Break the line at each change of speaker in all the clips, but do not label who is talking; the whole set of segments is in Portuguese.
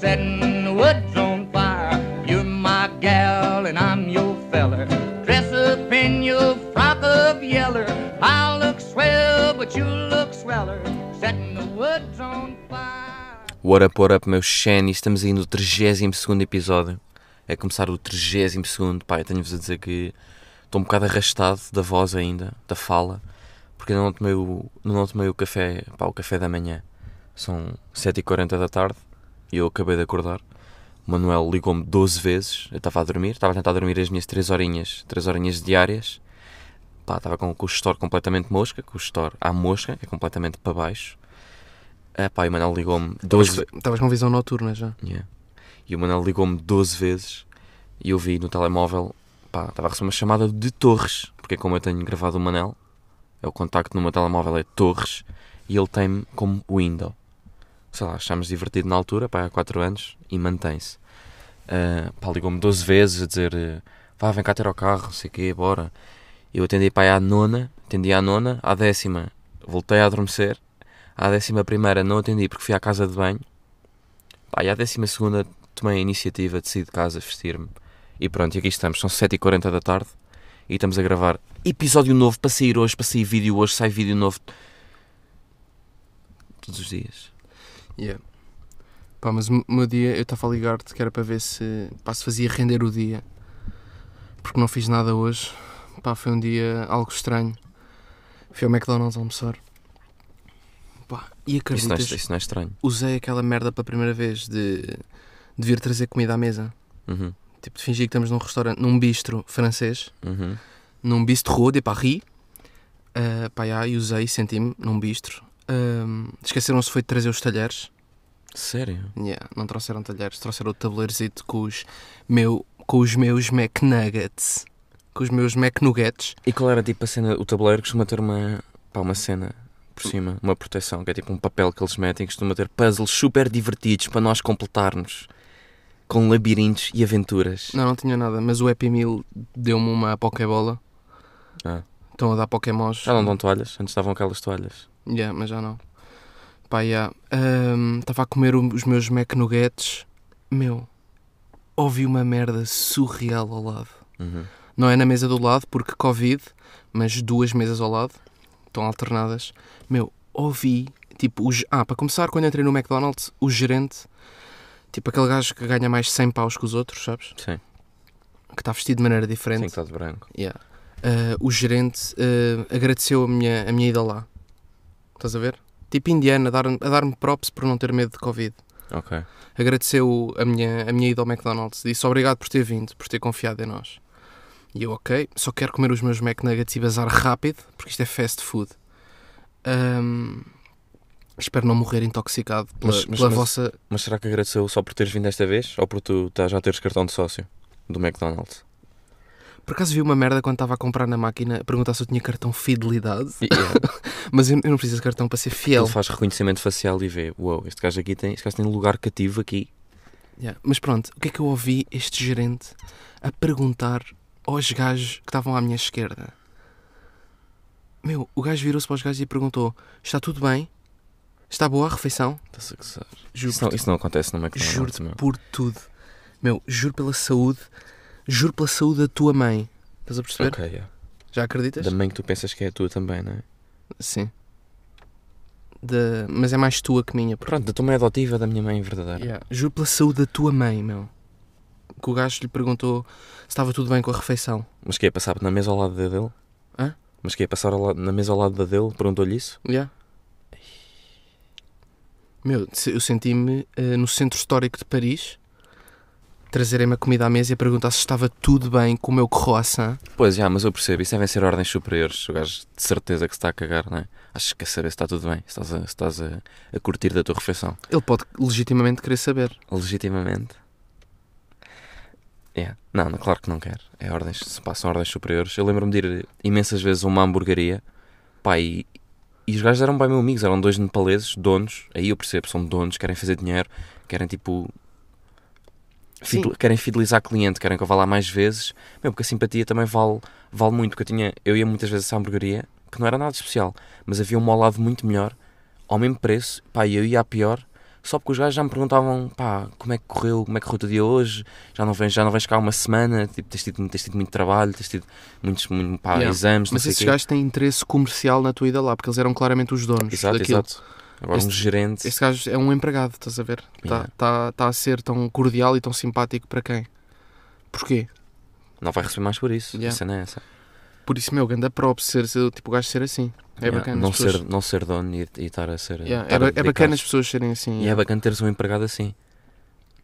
setting the woods on fire. You're my gal and I'm your feller. Dress up in your frock of yeller. I'll look swell, but you look sweller. Setting the woods on fire.
What up, what up, meu Shen? Estamos aí no 32 episódio. É começar o 32. Pá, eu tenho-vos a dizer que estou um bocado arrastado da voz ainda, da fala, porque ainda não tomei o, ainda não tomei o café, pá, o café da manhã. São 7h40 da tarde e eu acabei de acordar. O Manuel ligou-me 12 vezes. Eu estava a dormir, estava a tentar dormir as minhas 3 horinhas, 3 horinhas diárias. Pá, estava com, com o gestor completamente mosca, com o gestor à mosca, que é completamente para baixo. Ah, pá, e o Manuel ligou-me 12 vezes.
Estavas com visão noturna já.
Yeah. E o Manel ligou-me 12 vezes e eu vi no telemóvel, pá, estava a receber uma chamada de Torres, porque como eu tenho gravado o Manel, é o contacto no meu telemóvel é Torres e ele tem-me como Window. Sei lá, achámos divertido na altura, pá, há 4 anos e mantém-se. Ah, pá, ligou-me 12 vezes a dizer, eh, vá, vem cá ter o carro, não sei o quê, bora. Eu atendi, pá, à nona, atendi à nona, à décima voltei a adormecer, à décima primeira não atendi porque fui à casa de banho, Pá, e à décima segunda tomei a iniciativa de sair de casa, vestir-me. E pronto, e aqui estamos, são 7h40 da tarde e estamos a gravar episódio novo para sair hoje, para sair vídeo hoje, sai vídeo novo todos os dias.
Yeah. Pá, mas o meu dia eu estava a ligar-te que era para ver se, pá, se fazia render o dia. Porque não fiz nada hoje. Pá, foi um dia algo estranho. Fui ao McDonald's almoçar. Pá, e
Isso não, é,
acreditas,
isso não é estranho.
usei aquela merda pela primeira vez de, de vir trazer comida à mesa.
Uhum,
Tipo, de fingir que estamos num restaurante, num bistro francês,
uhum.
num bistro de Paris. Ah, pá, já, e usei, senti-me num bistro. Ah, Esqueceram-se foi de trazer os talheres.
Sério?
Yeah, não trouxeram talheres, trouxeram o tabuleirozito com os, meu, com os meus McNuggets. Com os meus McNuggets.
E qual era tipo a cena? O tabuleiro costuma ter uma, pá, uma cena por cima, uma proteção, que é tipo um papel que eles metem, costuma ter puzzles super divertidos para nós completarmos com labirintos e aventuras.
Não, não tinha nada, mas o Happy Meal deu-me uma Pokébola.
Ah.
Estão a dar Pokémons.
Já não dão toalhas? Antes davam aquelas toalhas.
Yeah, mas já não. Pá, yeah. Ahm, Estava a comer o- os meus McNuggets. Meu, ouvi uma merda surreal ao lado. Não é na mesa do lado, porque Covid, mas duas mesas ao lado, estão alternadas. Meu, ouvi, tipo, os... ah, para começar, quando entrei no McDonald's, o gerente, tipo aquele gajo que ganha mais 100 paus que os outros, sabes?
Sim.
Que está vestido de maneira
Sim, que
diferente.
está de branco.
Yeah. Ah, o gerente ah, agradeceu a minha, a minha ida lá. Estás a ver? Tipo indiana, a dar- a dar-me props por não ter medo de Covid.
Ok.
Agradeceu a minha, a minha ida ao McDonald's. Disse obrigado por ter vindo, por ter confiado em nós. E eu, ok, só quero comer os meus McNuggets e bazar rápido, porque isto é fast food. Ahm, espero não morrer intoxicado pela,
Mas- mas-
pela
mas-
vossa...
Mas será que agradeceu só por teres vindo desta vez? Ou por tu tá- já teres cartão de sócio do McDonald's?
Por acaso vi uma merda quando estava a comprar na máquina, a perguntar se eu tinha cartão fidelidade,
E, e
mas eu, eu não preciso de cartão para ser fiel.
ele faz reconhecimento facial e vê, uau, este gajo aqui tem, este gajo tem lugar cativo aqui.
Yeah, Mas pronto, o que é que eu ouvi este gerente a perguntar aos gajos que estavam à minha esquerda? Meu, o gajo virou-se para os gajos e perguntou: Está tudo bem? Está boa a refeição?
Estás a gozar.
Juro,
Isso não,
por,
isso não acontece no
tu-
McDonald's,
juro-te
meu.
por tudo. Meu, juro pela saúde, juro pela saúde da tua mãe. Estás a perceber?
Ok, yeah.
Já acreditas?
Da mãe que tu pensas que é a tua também, não é?
Sim. Da- Mas é mais tua que minha, porque
Pronto, da tua mãe adotiva, da minha mãe verdadeira.
Yeah. Juro pela saúde da tua mãe, meu. Que o gajo lhe perguntou se estava tudo bem com a refeição.
Mas que ia passar na mesa ao lado da dele?
Hã?
Mas que ia passar ao lado- na mesa ao lado da dele? Perguntou-lhe isso?
Yeah. Meu, se- eu senti-me eh, no centro histórico de Paris trazerem-me a comida à mesa e a perguntar se estava tudo bem com o meu croissant.
Pois, já, mas eu percebo, isso devem ser ordens superiores. O gajo de certeza que se está a cagar, não é? Acho que quer saber se está tudo bem, se estás a, se estás a, a curtir da tua refeição.
Ele pode legitimamente querer saber.
Legitimamente. Yeah. Não, não, claro que não quer. É ordens, se passam ordens superiores. Eu lembro-me de ir imensas vezes a uma hamburgueria, pá, e, e os gajos eram bem meus amigos, eram dois nepaleses, donos. Aí eu percebo, são donos, querem fazer dinheiro, querem tipo. fidel- querem fidelizar cliente, querem que eu vá lá mais vezes, mesmo porque a simpatia também vale, vale muito. Porque eu, tinha, eu ia muitas vezes a essa hamburgueria, que não era nada especial, mas havia uma ao lado muito melhor, ao mesmo preço, pá, e eu ia à pior, só porque os gajos já me perguntavam, pá, como é que correu, como é que correu o teu dia hoje, já não vens, já não vens cá uma semana, tipo, tens tido, tens tido muito trabalho, tens tido muitos, muito, pá,
Yeah.
exames, não
Mas
sei o
esses
quê.
gajos têm interesse comercial na tua ida lá, porque eles eram claramente os donos
Exato,
daquilo.
exato. Agora um
Este-
gerente,
Este gajo é um empregado, estás a ver? Está
Yeah.
tá, tá a ser tão cordial e tão simpático para quem? Porquê?
não vai receber mais por isso,
Yeah.
a cena é essa.
Por isso, meu, ganda prop ser, ser, tipo, o gajo ser assim. É
Yeah,
bacana.
Não
as pessoas-
ser, não ser dono e, e estar a ser...
Yeah,
estar
É,
a
ba- é
dedicar-se.
bacana as pessoas serem assim.
E é bacana teres um empregado assim.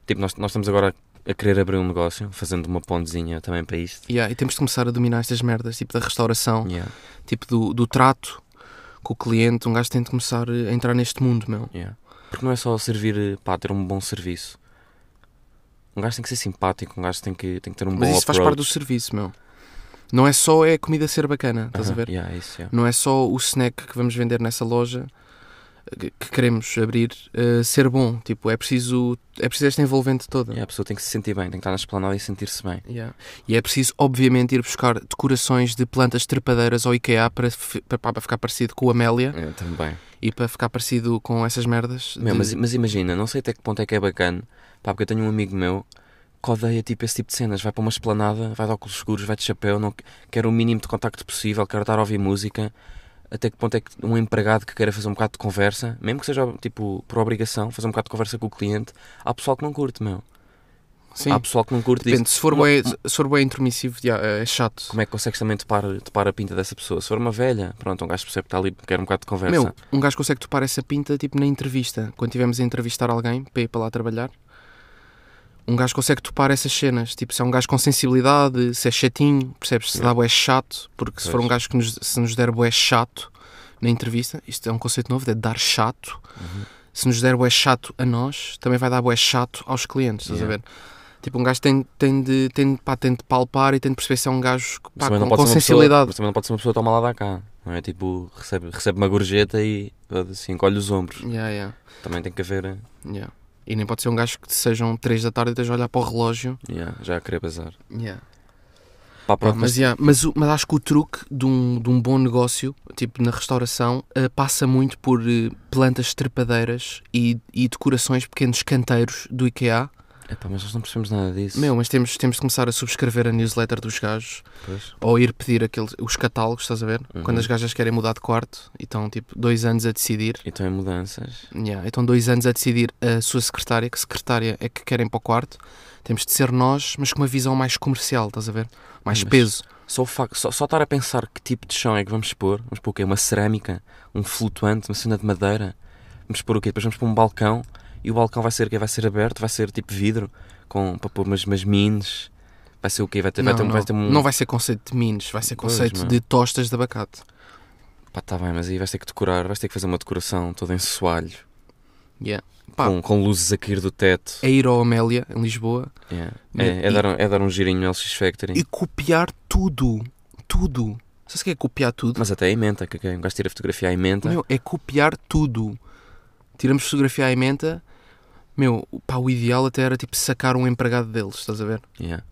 Tipo, nós, nós estamos agora a querer abrir um negócio, fazendo uma pontezinha também para isto.
Yeah, e temos de começar a dominar estas merdas, tipo da restauração,
Yeah,
tipo do, do trato com o cliente. Um gajo tem de começar a entrar neste mundo, meu.
yeah. Porque não é só servir, eh, pá, ter um bom serviço. Um gajo tem que ser simpático, um gajo tem que, tem que ter um
Mas
bom
isso faz parte do serviço, meu. Não é só é a comida ser bacana, estás a ver?
Yeah, é isso, yeah.
Não é só o snack que vamos vender nessa loja eh, que que queremos abrir eh, ser bom. Tipo, é preciso, é preciso esta envolvente toda.
Yeah, a pessoa tem que se sentir bem, tem que estar na esplanada e sentir-se bem.
Yeah. E é preciso, obviamente, ir buscar decorações de plantas trepadeiras ao IKEA para, fi- para, para ficar parecido com a Amélia
É, também.
e para ficar parecido com essas merdas.
Meu,
de-
mas, mas imagina, não sei até que ponto é que é bacana, pá, porque eu tenho um amigo meu que odeia tipo esse tipo de cenas, vai para uma esplanada, vai de óculos escuros, vai de chapéu, não que- quer o mínimo de contacto possível, quer estar a ouvir música. Até que ponto é que um empregado que queira fazer um bocado de conversa, mesmo que seja tipo por obrigação, fazer um bocado de conversa com o cliente, há pessoal que não curte, meu.
Sim.
Há pessoal que não curte
Depende,
disso.
se for, bem, se for bem intermissivo, yeah, é chato.
Como é que consegues também topar, topar a pinta dessa pessoa? Se for uma velha, pronto, um gajo percebe que está ali, quer um bocado de conversa.
Meu, um gajo consegue topar essa pinta tipo na entrevista. Quando tivemos a entrevistar alguém para ir para lá trabalhar, um gajo consegue topar essas cenas. Tipo, se é um gajo com sensibilidade, se é chatinho, percebes? Se dá boé chato, porque se for um gajo que nos, se nos der boé chato na entrevista, isto é um conceito novo, de dar chato.
Uhum.
Se nos der boé chato a nós, também vai dar boé chato aos clientes, estás a
Yeah.
ver? Tipo, um gajo tem, tem, de, tem, pá, tem de palpar e tem de perceber se é um gajo que,
Mas
pá,
também não
com,
pode
com
ser uma pessoa-
sensibilidade.
mas também não pode ser uma pessoa tão malada cá. Não é tipo, recebe, recebe uma gorjeta e assim, encolhe os ombros.
Yeah, yeah.
Também tem que haver. eh,
Yeah. E nem pode ser um gajo que sejam 3 da tarde e esteja a olhar para o relógio.
yeah, já a querer bazar. Pá,
Pá,
pronto,
mas, yeah, mas, o- mas acho que o truque de um, de um bom negócio, tipo na restauração, eh, passa muito por eh, plantas trepadeiras e, e decorações, pequenos canteiros do IKEA.
mas, epá, mas nós não percebemos nada disso.
Meu, mas temos, temos de começar a subscrever a newsletter dos gajos
Pois.
ou ir pedir aqueles, os catálogos, estás a ver?
Uhum.
Quando as gajas querem mudar de quarto e estão tipo dois anos a decidir.
Então é mudanças.
Yeah, então dois anos a decidir a sua secretária, que secretária é que querem para o quarto. Temos de ser nós, mas com uma visão mais comercial, estás a ver? Mais
Mas-
peso.
Só, o facto, só, só estar a pensar que tipo de chão é que vamos pôr. Vamos pôr o quê? Uma cerâmica? Um flutuante? Uma cena de madeira? Vamos pôr o quê? Depois vamos pôr um balcão e o balcão vai ser o quê? Vai ser aberto? Vai ser tipo vidro? Com, para pôr umas, umas mines? Vai ser o quê? Vai ter, vai
não,
ter, um-
não.
vai ter um.
Não vai ser conceito de minos, vai ser
Pois, é?
conceito
meu.
de tostas de abacate.
Pá, tá bem, mas aí vais ter que decorar, vais ter que fazer uma decoração toda em soalho,
Yeah. Pá.
com, com luzes a cair do teto.
É ir ao Amélia, em Lisboa,
Yeah.
E-
É, é
e-
dar, um- é dar um girinho no LX Factory.
e copiar tudo. Tudo. Sabes o que é copiar tudo?
Mas até a emenda, que que é? Um gajo tira a fotografia à emenda.
Meu, é copiar tudo. Tiramos fotografia à emenda. Meu, pá, o ideal até era tipo sacar um empregado deles, estás a ver?
Yeah.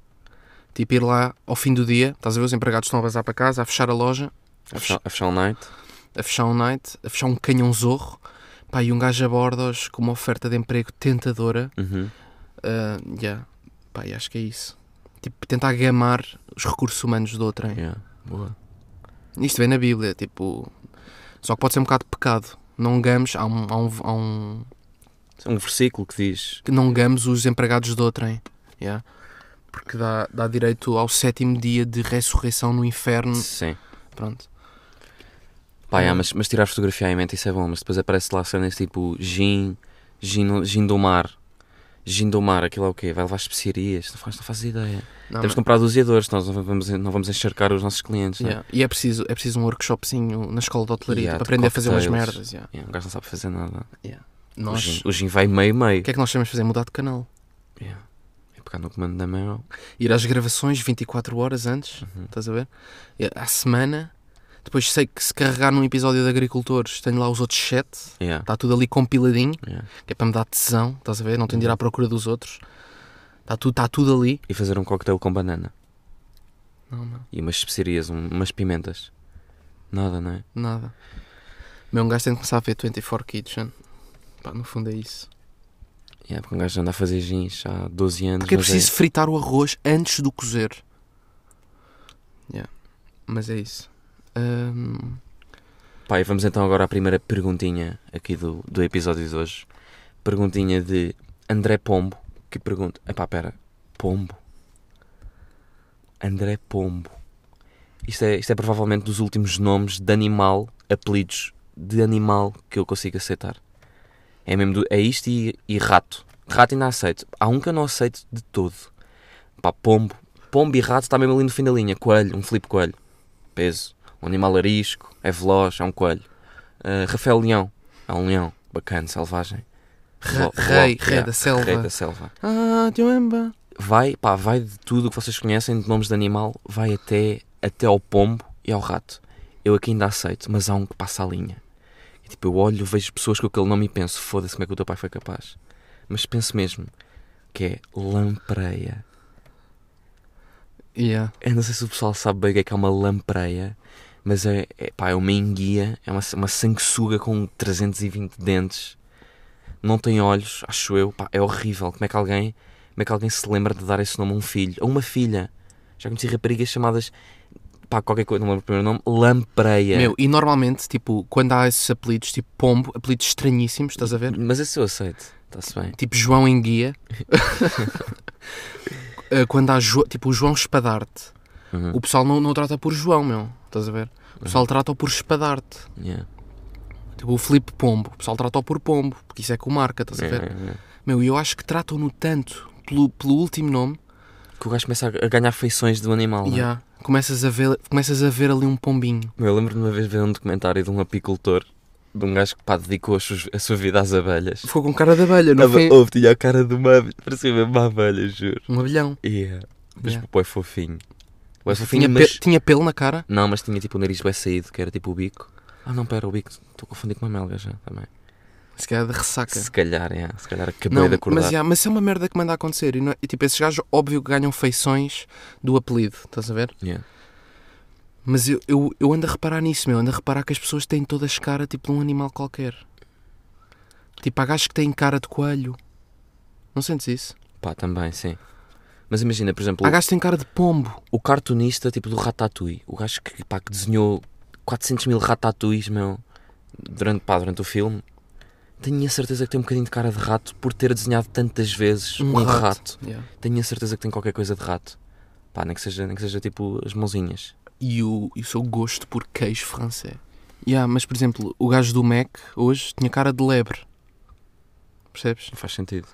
Tipo, ir lá ao fim do dia, estás a ver? Os empregados estão a vazar para casa, a fechar a loja,
A fechar- a fechar o night.
a fechar um night, a fechar um canhão zorro. Pá, e um gajo aborda-os com uma oferta de emprego tentadora.
Uhum.
Ah, yeah. Pá, e acho que é isso. Tipo, tentar gamar os recursos humanos do outrem.
Yeah. Boa.
Isto vem na Bíblia, tipo. Só que pode ser um bocado de pecado. Não games, há um, há um, há um-
Um versículo que diz.
que não games os empregados do outrem. Yeah. Porque dá, dá direito ao sétimo dia de ressurreição no inferno.
Sim.
Pronto.
Pá, yeah,
Hum.
mas, mas tirar fotografia à emenda, isso é bom, mas depois aparece lá cenas tipo gin, gin, gin do mar. Gin do mar, aquilo é o quê? Vai levar especiarias, não faz, não faz ideia.
Não,
Temos que comprar doseadores, nós não vamos, não vamos encharcar os nossos clientes. não é?
Yeah. E é preciso, é preciso um workshopzinho na escola de hotelaria
Yeah,
para
de
aprender a fazer umas
cocktails.
merdas. yeah.
Yeah, o gajo não sabe fazer nada. O,
Nós,
gin, o gin vai meio-meio.
o que é que nós temos de fazer? Mudar de canal.
É pegar no comando da mão.
Ir às gravações 24 horas antes, estás a ver? E À semana. Depois sei que se carregar num episódio de Agricultores, tenho lá os outros 7.
Yeah.
Está tudo ali compiladinho,
Yeah.
que é para me dar tesão, estás a ver? Não tenho de ir à procura dos outros. Está tudo, está tudo ali.
E fazer um coquetel com banana.
Não, não,
E umas especiarias, um- umas pimentas. Nada, não é?
nada. Meu um gajo tem de começar a ver 24 Kids, mano. Pá, no fundo é isso.
Yeah, porque um gajo anda a fazer jeans há 12 anos.
Porque é
mas
preciso fritar o arroz antes do cozer.
Yeah.
Mas é isso. Hum,
Pá, e vamos então agora à primeira perguntinha aqui do, do episódio de hoje. Perguntinha de André Pombo, que pergunta... Epá, pera. Pombo? André Pombo. Isto é, isto é provavelmente dos últimos nomes de animal, apelidos de animal que eu consigo aceitar. É mesmo do- é isto e, e rato. Rato ainda aceito. Há um que eu não aceito de todo. Pá, pombo. Pombo e rato está mesmo ali no fim da linha. Coelho, um Filipe Coelho. Peso. Um animal arisco, é veloz, é um coelho. Ah, Rafael Leão. É um leão. Bacana, selvagem.
Ra-
Velo-
rei,
velo-
rei
yeah,
da selva.
Rei da selva.
Ah, Dioemba.
Vai, pá, vai de tudo o que vocês conhecem de nomes de animal, vai até, até ao pombo e ao rato. Eu aqui ainda aceito, mas há um que passa a linha. E, tipo, eu olho, vejo pessoas com aquele nome e penso, foda-se como é que o teu pai foi capaz. Mas penso mesmo, que é lampreia.
Yeah.
Eu não sei se o pessoal sabe bem o que é que é uma lampreia, mas é, é, pá, é uma enguia, é uma, uma sanguessuga com 320 dentes, não tem olhos, acho eu, pá, é horrível. Como é que alguém, como é que alguém se lembra de dar esse nome a um filho, a uma filha? Já conheci raparigas chamadas, pá, qualquer coisa, não lembro o primeiro nome, lampreia.
Meu, e normalmente, tipo, quando há esses apelidos, tipo pombo, apelidos estranhíssimos, estás a ver?
Mas esse eu aceito, está-se bem.
Tipo João Enguia. Eh, quando há Jo- tipo o João Espadarte.
Uhum.
O pessoal não, não o trata por João, meu. Estás a ver? O pessoal trata-o por Espadarte.
Yeah.
Tipo o Filipe Pombo. O pessoal trata-o por Pombo, porque isso é com marca, estás a ver?
É, é, é.
Meu, e eu acho que tratam-no tanto pelo, pelo último nome.
Que o gajo começa a ganhar feições do animal, não é?
Yeah, começas, a ver, começas a ver ali um pombinho.
Meu, Eu lembro-me uma vez de ver um documentário de um apicultor, de um gajo que pá, dedicou as suas- a sua vida às abelhas.
Ficou com cara de abelha, não
Tava,
foi?
houve, tinha a cara de uma abelha, parecia mesmo uma abelha, juro.
Um abelhão.
Yeah. É. Mas
Yeah.
bué fofinho. Bué fofinho,
Tinha,
mas...
pe- tinha pelo na cara?
Não, mas tinha tipo o nariz bem saído, que era tipo o bico. Ah não, pera, o bico, estou a confundir com uma melga já, também.
Se calhar de ressaca.
Se calhar, é, se calhar acabei
Não,
de acordar.
mas, já, mas isso é uma merda que manda acontecer. E, não é- e, tipo, esses gajos, óbvio que ganham feições do apelido, estás a ver?
Yeah.
Mas eu, eu, eu ando a reparar nisso, meu. Ando a reparar que as pessoas têm todas cara tipo de um animal qualquer. Tipo, há gajos que têm cara de coelho. Não sentes isso?
Pá, também, sim. Mas imagina, por exemplo,
Há gajos que têm cara de pombo.
o cartunista tipo do Ratatouille, o gajo que, pá, que desenhou 400 mil Ratatouilles, meu, durante, pá, durante o filme, tenho a certeza que tem um bocadinho de cara de rato por ter desenhado tantas vezes um, rato.
Yeah.
Tenho a certeza que tem qualquer coisa de rato. Pá, nem que seja, nem que seja tipo as mãozinhas.
E, o, e o seu gosto por queijo francês. Yeah, mas, por exemplo, o gajo do Mac hoje tinha cara de lebre. Percebes?
Não faz sentido.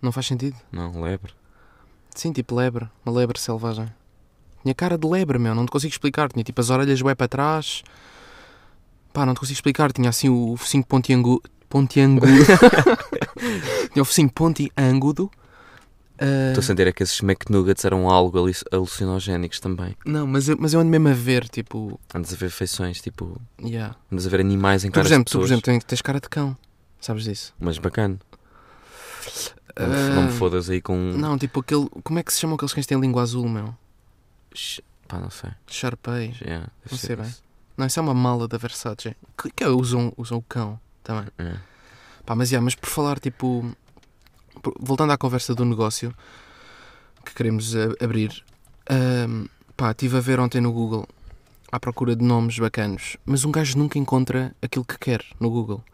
Não faz sentido?
Não, lebre.
Sim, tipo lebre, uma lebre selvagem. Tinha cara de lebre, meu, não te consigo explicar. Tinha tipo as orelhas bem para trás. Pá, não te consigo explicar. Tinha assim o focinho pontiangu... pontiangudo. Tinha o focinho pontiangudo. Ah,
Estou a sentir é que esses McNuggets eram algo ali- alucinogénicos também.
Não, mas eu, mas eu ando mesmo a ver, tipo...
Andas a ver feições, tipo.
Yeah.
Andas a ver animais em
Tu, por
caras de
exemplo, tu, por
pessoas.
exemplo, tens- tens cara de cão. Sabes disso?
Mas bacana. Não me f-
Ah,
Não me fodas aí com. um- Não.
Não, tipo aquele... Como é que se chamam aqueles cães que têm língua azul, meu?
Pá, não sei.
Sharpei.
Yeah, deve
Não
ser
sei bem.
isso.
Não, isso é uma mala da Versace. Que, que usam, usam o cão também.
É.
Pá, mas, yeah, mas por falar, tipo, por- voltando à conversa do negócio que queremos eh, abrir, ahm, pá, estive a ver ontem no Google à procura de nomes bacanos, mas um gajo nunca encontra aquilo que quer no Google.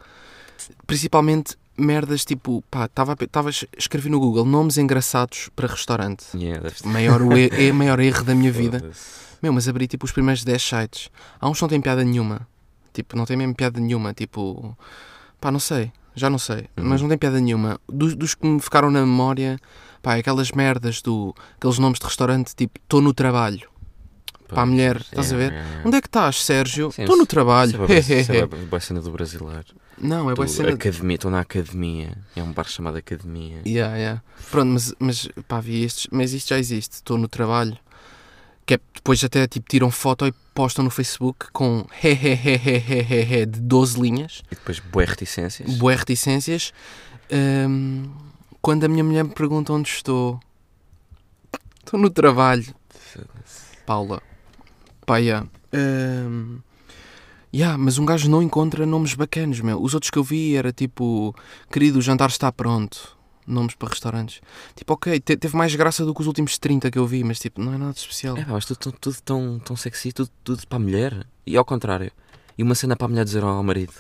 Principalmente merdas tipo, pá, estava a pe- estava a es- escrevi no Google nomes engraçados para restaurante.
Yeah, deve ser.
Maior, o er- é o maior erro da minha vida.
Hum. Foda-se.
Meu, mas abri tipo os primeiros 10 sites. Há uns que não têm piada nenhuma. Tipo, não têm mesmo piada nenhuma. Tipo, pá, não sei. Já não sei.
Uhum.
Mas não tem piada nenhuma. Dos, dos que me ficaram na memória, pá, é aquelas merdas do. aqueles nomes de restaurante tipo, estou no trabalho. Para a
Pois.
mulher, estás a
Yeah,
ver?
yeah, yeah.
Onde é que estás, Sérgio?
Sim,
Estou
isso-
no
Isso
trabalho.
é bué- isso é bué- bué cena do brasileiro.
não, é boa
Estou
cena.
academia, estou na academia. É um bar chamado Academia.
Yeah, yeah. Pronto, mas, mas pá, vi estes, mas isto já existe, estou no trabalho. Que é, depois até tipo tiram foto e postam no Facebook com hehehehehehe de 12 linhas,
E depois bué reticências.
boé reticências. Hum, quando a minha mulher me pergunta onde estou, estou no trabalho. Paula. Pá, yeah. Hum, yeah, mas um gajo não encontra nomes bacanos, meu. Os outros que eu vi era tipo, querido, o jantar está pronto. nomes para restaurantes. Tipo, ok, te- teve mais graça do que os últimos 30 que eu vi, mas tipo, não é nada de especial.
É, pá, mas tudo, tudo, tudo tão, tão sexy, tudo, tudo para a mulher. E ao contrário. E uma cena para a mulher dizer ao marido.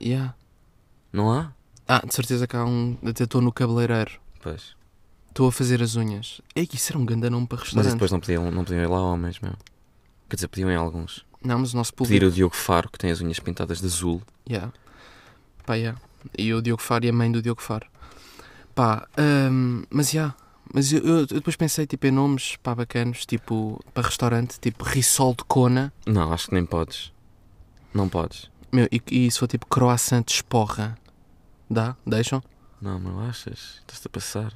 Yeah.
Não há?
Ah, de certeza que há um. Até estou no cabeleireiro.
Pois.
Estou a fazer as unhas. É que isso era um grande nome para
Mas e
restaurante.
depois não podiam, não podiam ir lá homens, meu. Quer dizer, podiam em alguns.
Não, mas o nosso
Pedir
público.
o Diogo Faro, que tem as unhas pintadas de azul.
Yeah. Pá, yeah. E o Diogo Faro e a mãe do Diogo Faro. Pá, hum, mas já. Mas eu, eu- eu depois pensei tipo, em nomes pá, bacanos, tipo para restaurante, tipo Risol de Cona.
Não, acho que nem podes. Não podes.
Meu, e, e se for tipo Croissant de Esporra. Dá? Deixam?
Não, meu, achas? Estás-te a passar.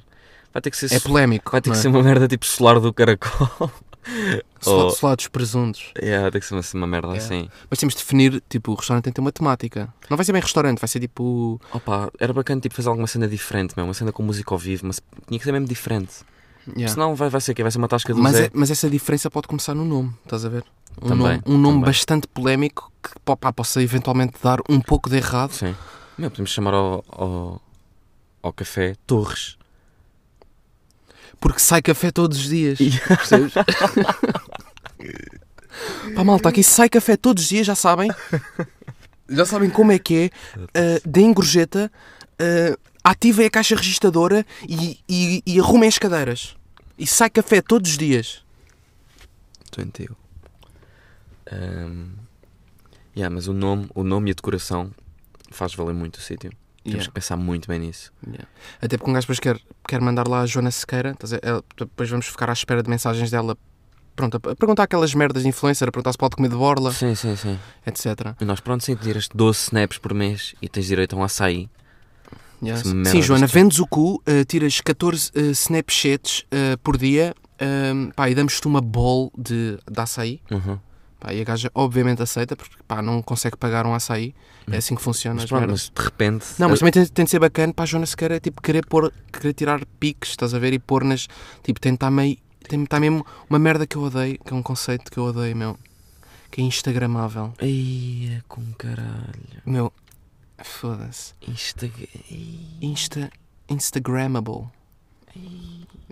Vai ter que ser,
É
so-
polémico.
vai ter
não
que
é?
ser uma merda tipo solar do caracol.
Sela-
Oh.
selados presuntos.
yeah, vai ter que ser uma, uma merda
Yeah.
assim.
Mas temos de definir, tipo, o restaurante tem que ter uma temática. Não vai ser bem restaurante, vai ser tipo.
Opa, era bacana tipo, fazer alguma cena diferente, meu. Uma cena com música ao vivo, mas tinha que ser mesmo diferente.
yeah.
Senão vai, vai ser o quê? Vai ser uma tasca do
Mas,
Zé.
é- mas essa diferença pode começar no nome, estás a ver? Um
Também,
nome, um nome
também.
bastante polémico que pá, pá, possa eventualmente dar um pouco de errado.
Sim. Meu, podemos chamar ao, ao, ao café Torres.
Porque sai café todos os dias. Percebes? Pá, malta, aqui sai café todos os dias, já sabem. Já sabem como é que é. Uh, deem gorjeta, uh, ativem a caixa registadora e, e, e arrumem as cadeiras. E sai café todos os dias.
Estou em teu. yeah, mas o nome, o nome e a decoração faz valer muito o sítio. Temos
Yeah.
que pensar muito bem nisso.
Yeah. Até porque um gajo depois quer, quer mandar lá a Joana Sequeira, estás a- ela- depois vamos ficar à espera de mensagens dela, pronto, a a perguntar aquelas merdas de influencer, a perguntar se pode comer de borla,
Sim, sim, sim.
etc.
E nós pronto, sim, tiras 12 snaps por mês e tens direito a um açaí.
Yeah.
Que merda
Sim, Joana,
isto.
vendes o cu, eh, tiras 14 eh, snapchats eh, por dia ehm, pá, e damos-te uma bowl de, de açaí.
Uhum.
Pá, e a gaja obviamente aceita, porque pá, não consegue pagar um açaí. É assim que funciona.
Hum. Mas pronto,
as merdas.
mas de repente.
Não, mas
eh,
também tem, tem de ser bacana para a Joana Sequeira tipo, querer, pôr, querer tirar piques, estás a ver? E pôr nas. Tipo, tem de estar meio. Tem de estar mesmo uma merda que eu odeio, que é um conceito que eu odeio, meu. Que é Instagramável.
Ai, é com caralho.
Meu. Foda-se.
Insta... Ai.
Insta. Instagrammable.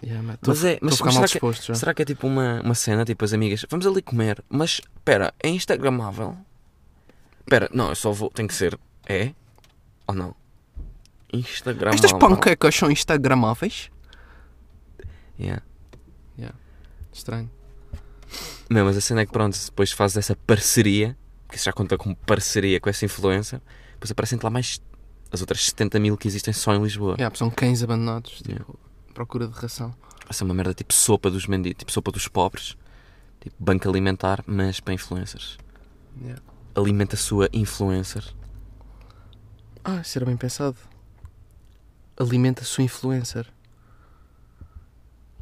Yeah, meu, tô-
Mas é,
tô a
mas,
ficar
mas
mal
será, que,
disposto já.
será que é tipo uma, uma cena, tipo as amigas, vamos ali comer, mas espera, é instagramável? Espera, não, eu só vou, tem que ser, é ou não? Instagramável.
Estas panquecas são Instagramáveis?
Yeah.
Estranho.
Não, mas a cena é que pronto, depois fazes essa parceria, que isso já conta como parceria com essa influencer, depois aparecem-te lá mais as outras 70 mil que existem só em Lisboa.
Yeah, são cães abandonados, tipo,
Yeah.
procura de ração.
Vai ser uma merda tipo sopa dos mendigos, tipo sopa dos pobres, tipo banco alimentar, mas para influencers.
Yeah.
Alimenta a sua influencer.
Ah, isso era bem pensado. Alimenta-se o influencer.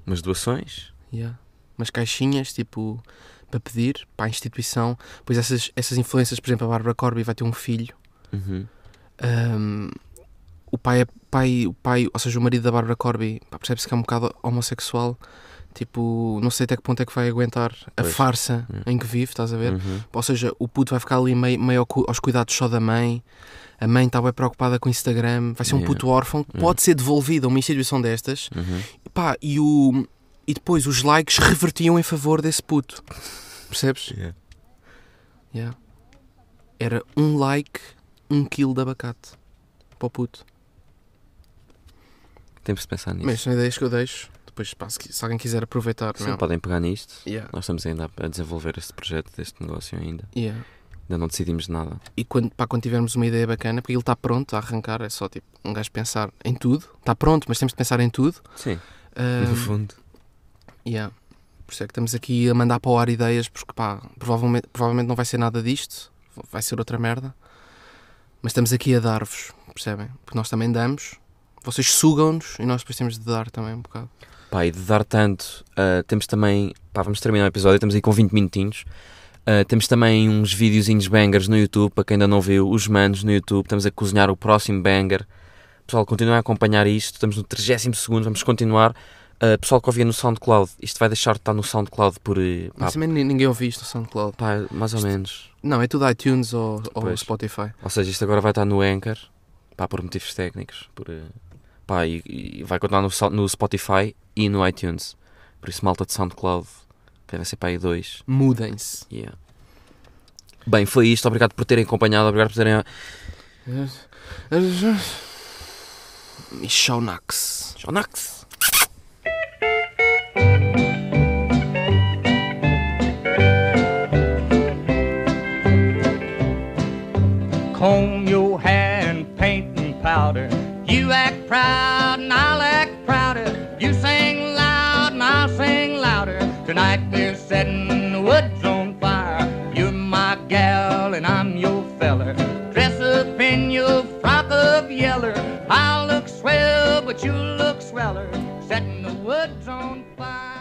Mas doações?
Yeah. Umas caixinhas, tipo, para pedir, para a instituição. Pois essas, essas influências, por exemplo, a Bárbara Corby vai ter um filho.
Uhum.
Ahm, o pai é pai, o pai, ou seja, o marido da Bárbara Corby, pá, percebe-se que é um bocado homossexual. Tipo, não sei até que ponto é que vai aguentar a
Pois.
farsa
Yeah.
em que vive, estás a ver?
Uhum.
Ou seja, o puto vai ficar ali meio, meio ao cu- aos cuidados só da mãe. A mãe está bem preocupada com o Instagram. Vai ser um
Yeah.
puto órfão que pode ser devolvido a uma instituição destas.
Uhum.
Pá, e, o, e depois os likes revertiam em favor desse puto. Percebes?
Yeah.
Yeah. Era um like, um quilo de abacate para o puto.
Temos de pensar nisso.
Mas é um são ideias que eu deixo. Depois, pá, se, qui- se alguém quiser aproveitar,
Sim,
não.
podem pegar nisto.
Yeah.
Nós estamos ainda a desenvolver este projeto, deste negócio ainda.
Yeah.
Ainda não decidimos nada.
E quando, pá, quando tivermos uma ideia bacana, porque ele está pronto a arrancar, é só tipo um gajo pensar em tudo. Está pronto, mas temos de pensar em tudo. Ah,
Sim,
Ahm,
no fundo.
yeah. Por isso é que estamos aqui a mandar para o ar ideias, porque pá, provavelmente, provavelmente não vai ser nada disto, vai ser outra merda. Mas estamos aqui a dar-vos, percebem? Porque nós também damos, vocês sugam-nos e nós depois temos de dar também um bocado.
Pá, e de dar tanto, ah, temos também. Pá, vamos terminar o episódio, estamos aí com 20 minutinhos. Ah, temos também uns videozinhos bangers no YouTube, para quem ainda não viu, os manos no YouTube. Estamos a cozinhar o próximo banger. Pessoal, continuem a acompanhar isto. Estamos no 30 segundo, vamos continuar. Ah, pessoal que ouvia no SoundCloud, isto vai deixar de estar no SoundCloud por. eh, Pá,
Mas também ni- ninguém ouviu isto no SoundCloud.
pá, mais ou menos.
Não, é tudo iTunes ou, ou
Pois.
Spotify.
Ou seja, isto agora vai estar no Anchor, pá, por motivos técnicos, por, eh, pá, Pá, e, e vai continuar no, Sou- no Spotify e no iTunes. Por isso, malta de SoundCloud, que devem ser para aí dois.
Mudem-se.
Yeah. Bem, foi isto. Obrigado por terem acompanhado. Obrigado por terem.
Michaunax.
Jonax!
comb your hair and paint and powder. You act proud and I'll act prouder. You sing loud and I'll sing louder. Tonight we're setting the woods on fire. You're my gal and I'm your feller. Dress up in your frock of yeller. I'll look swell, but you look sweller. Setting the woods on fire.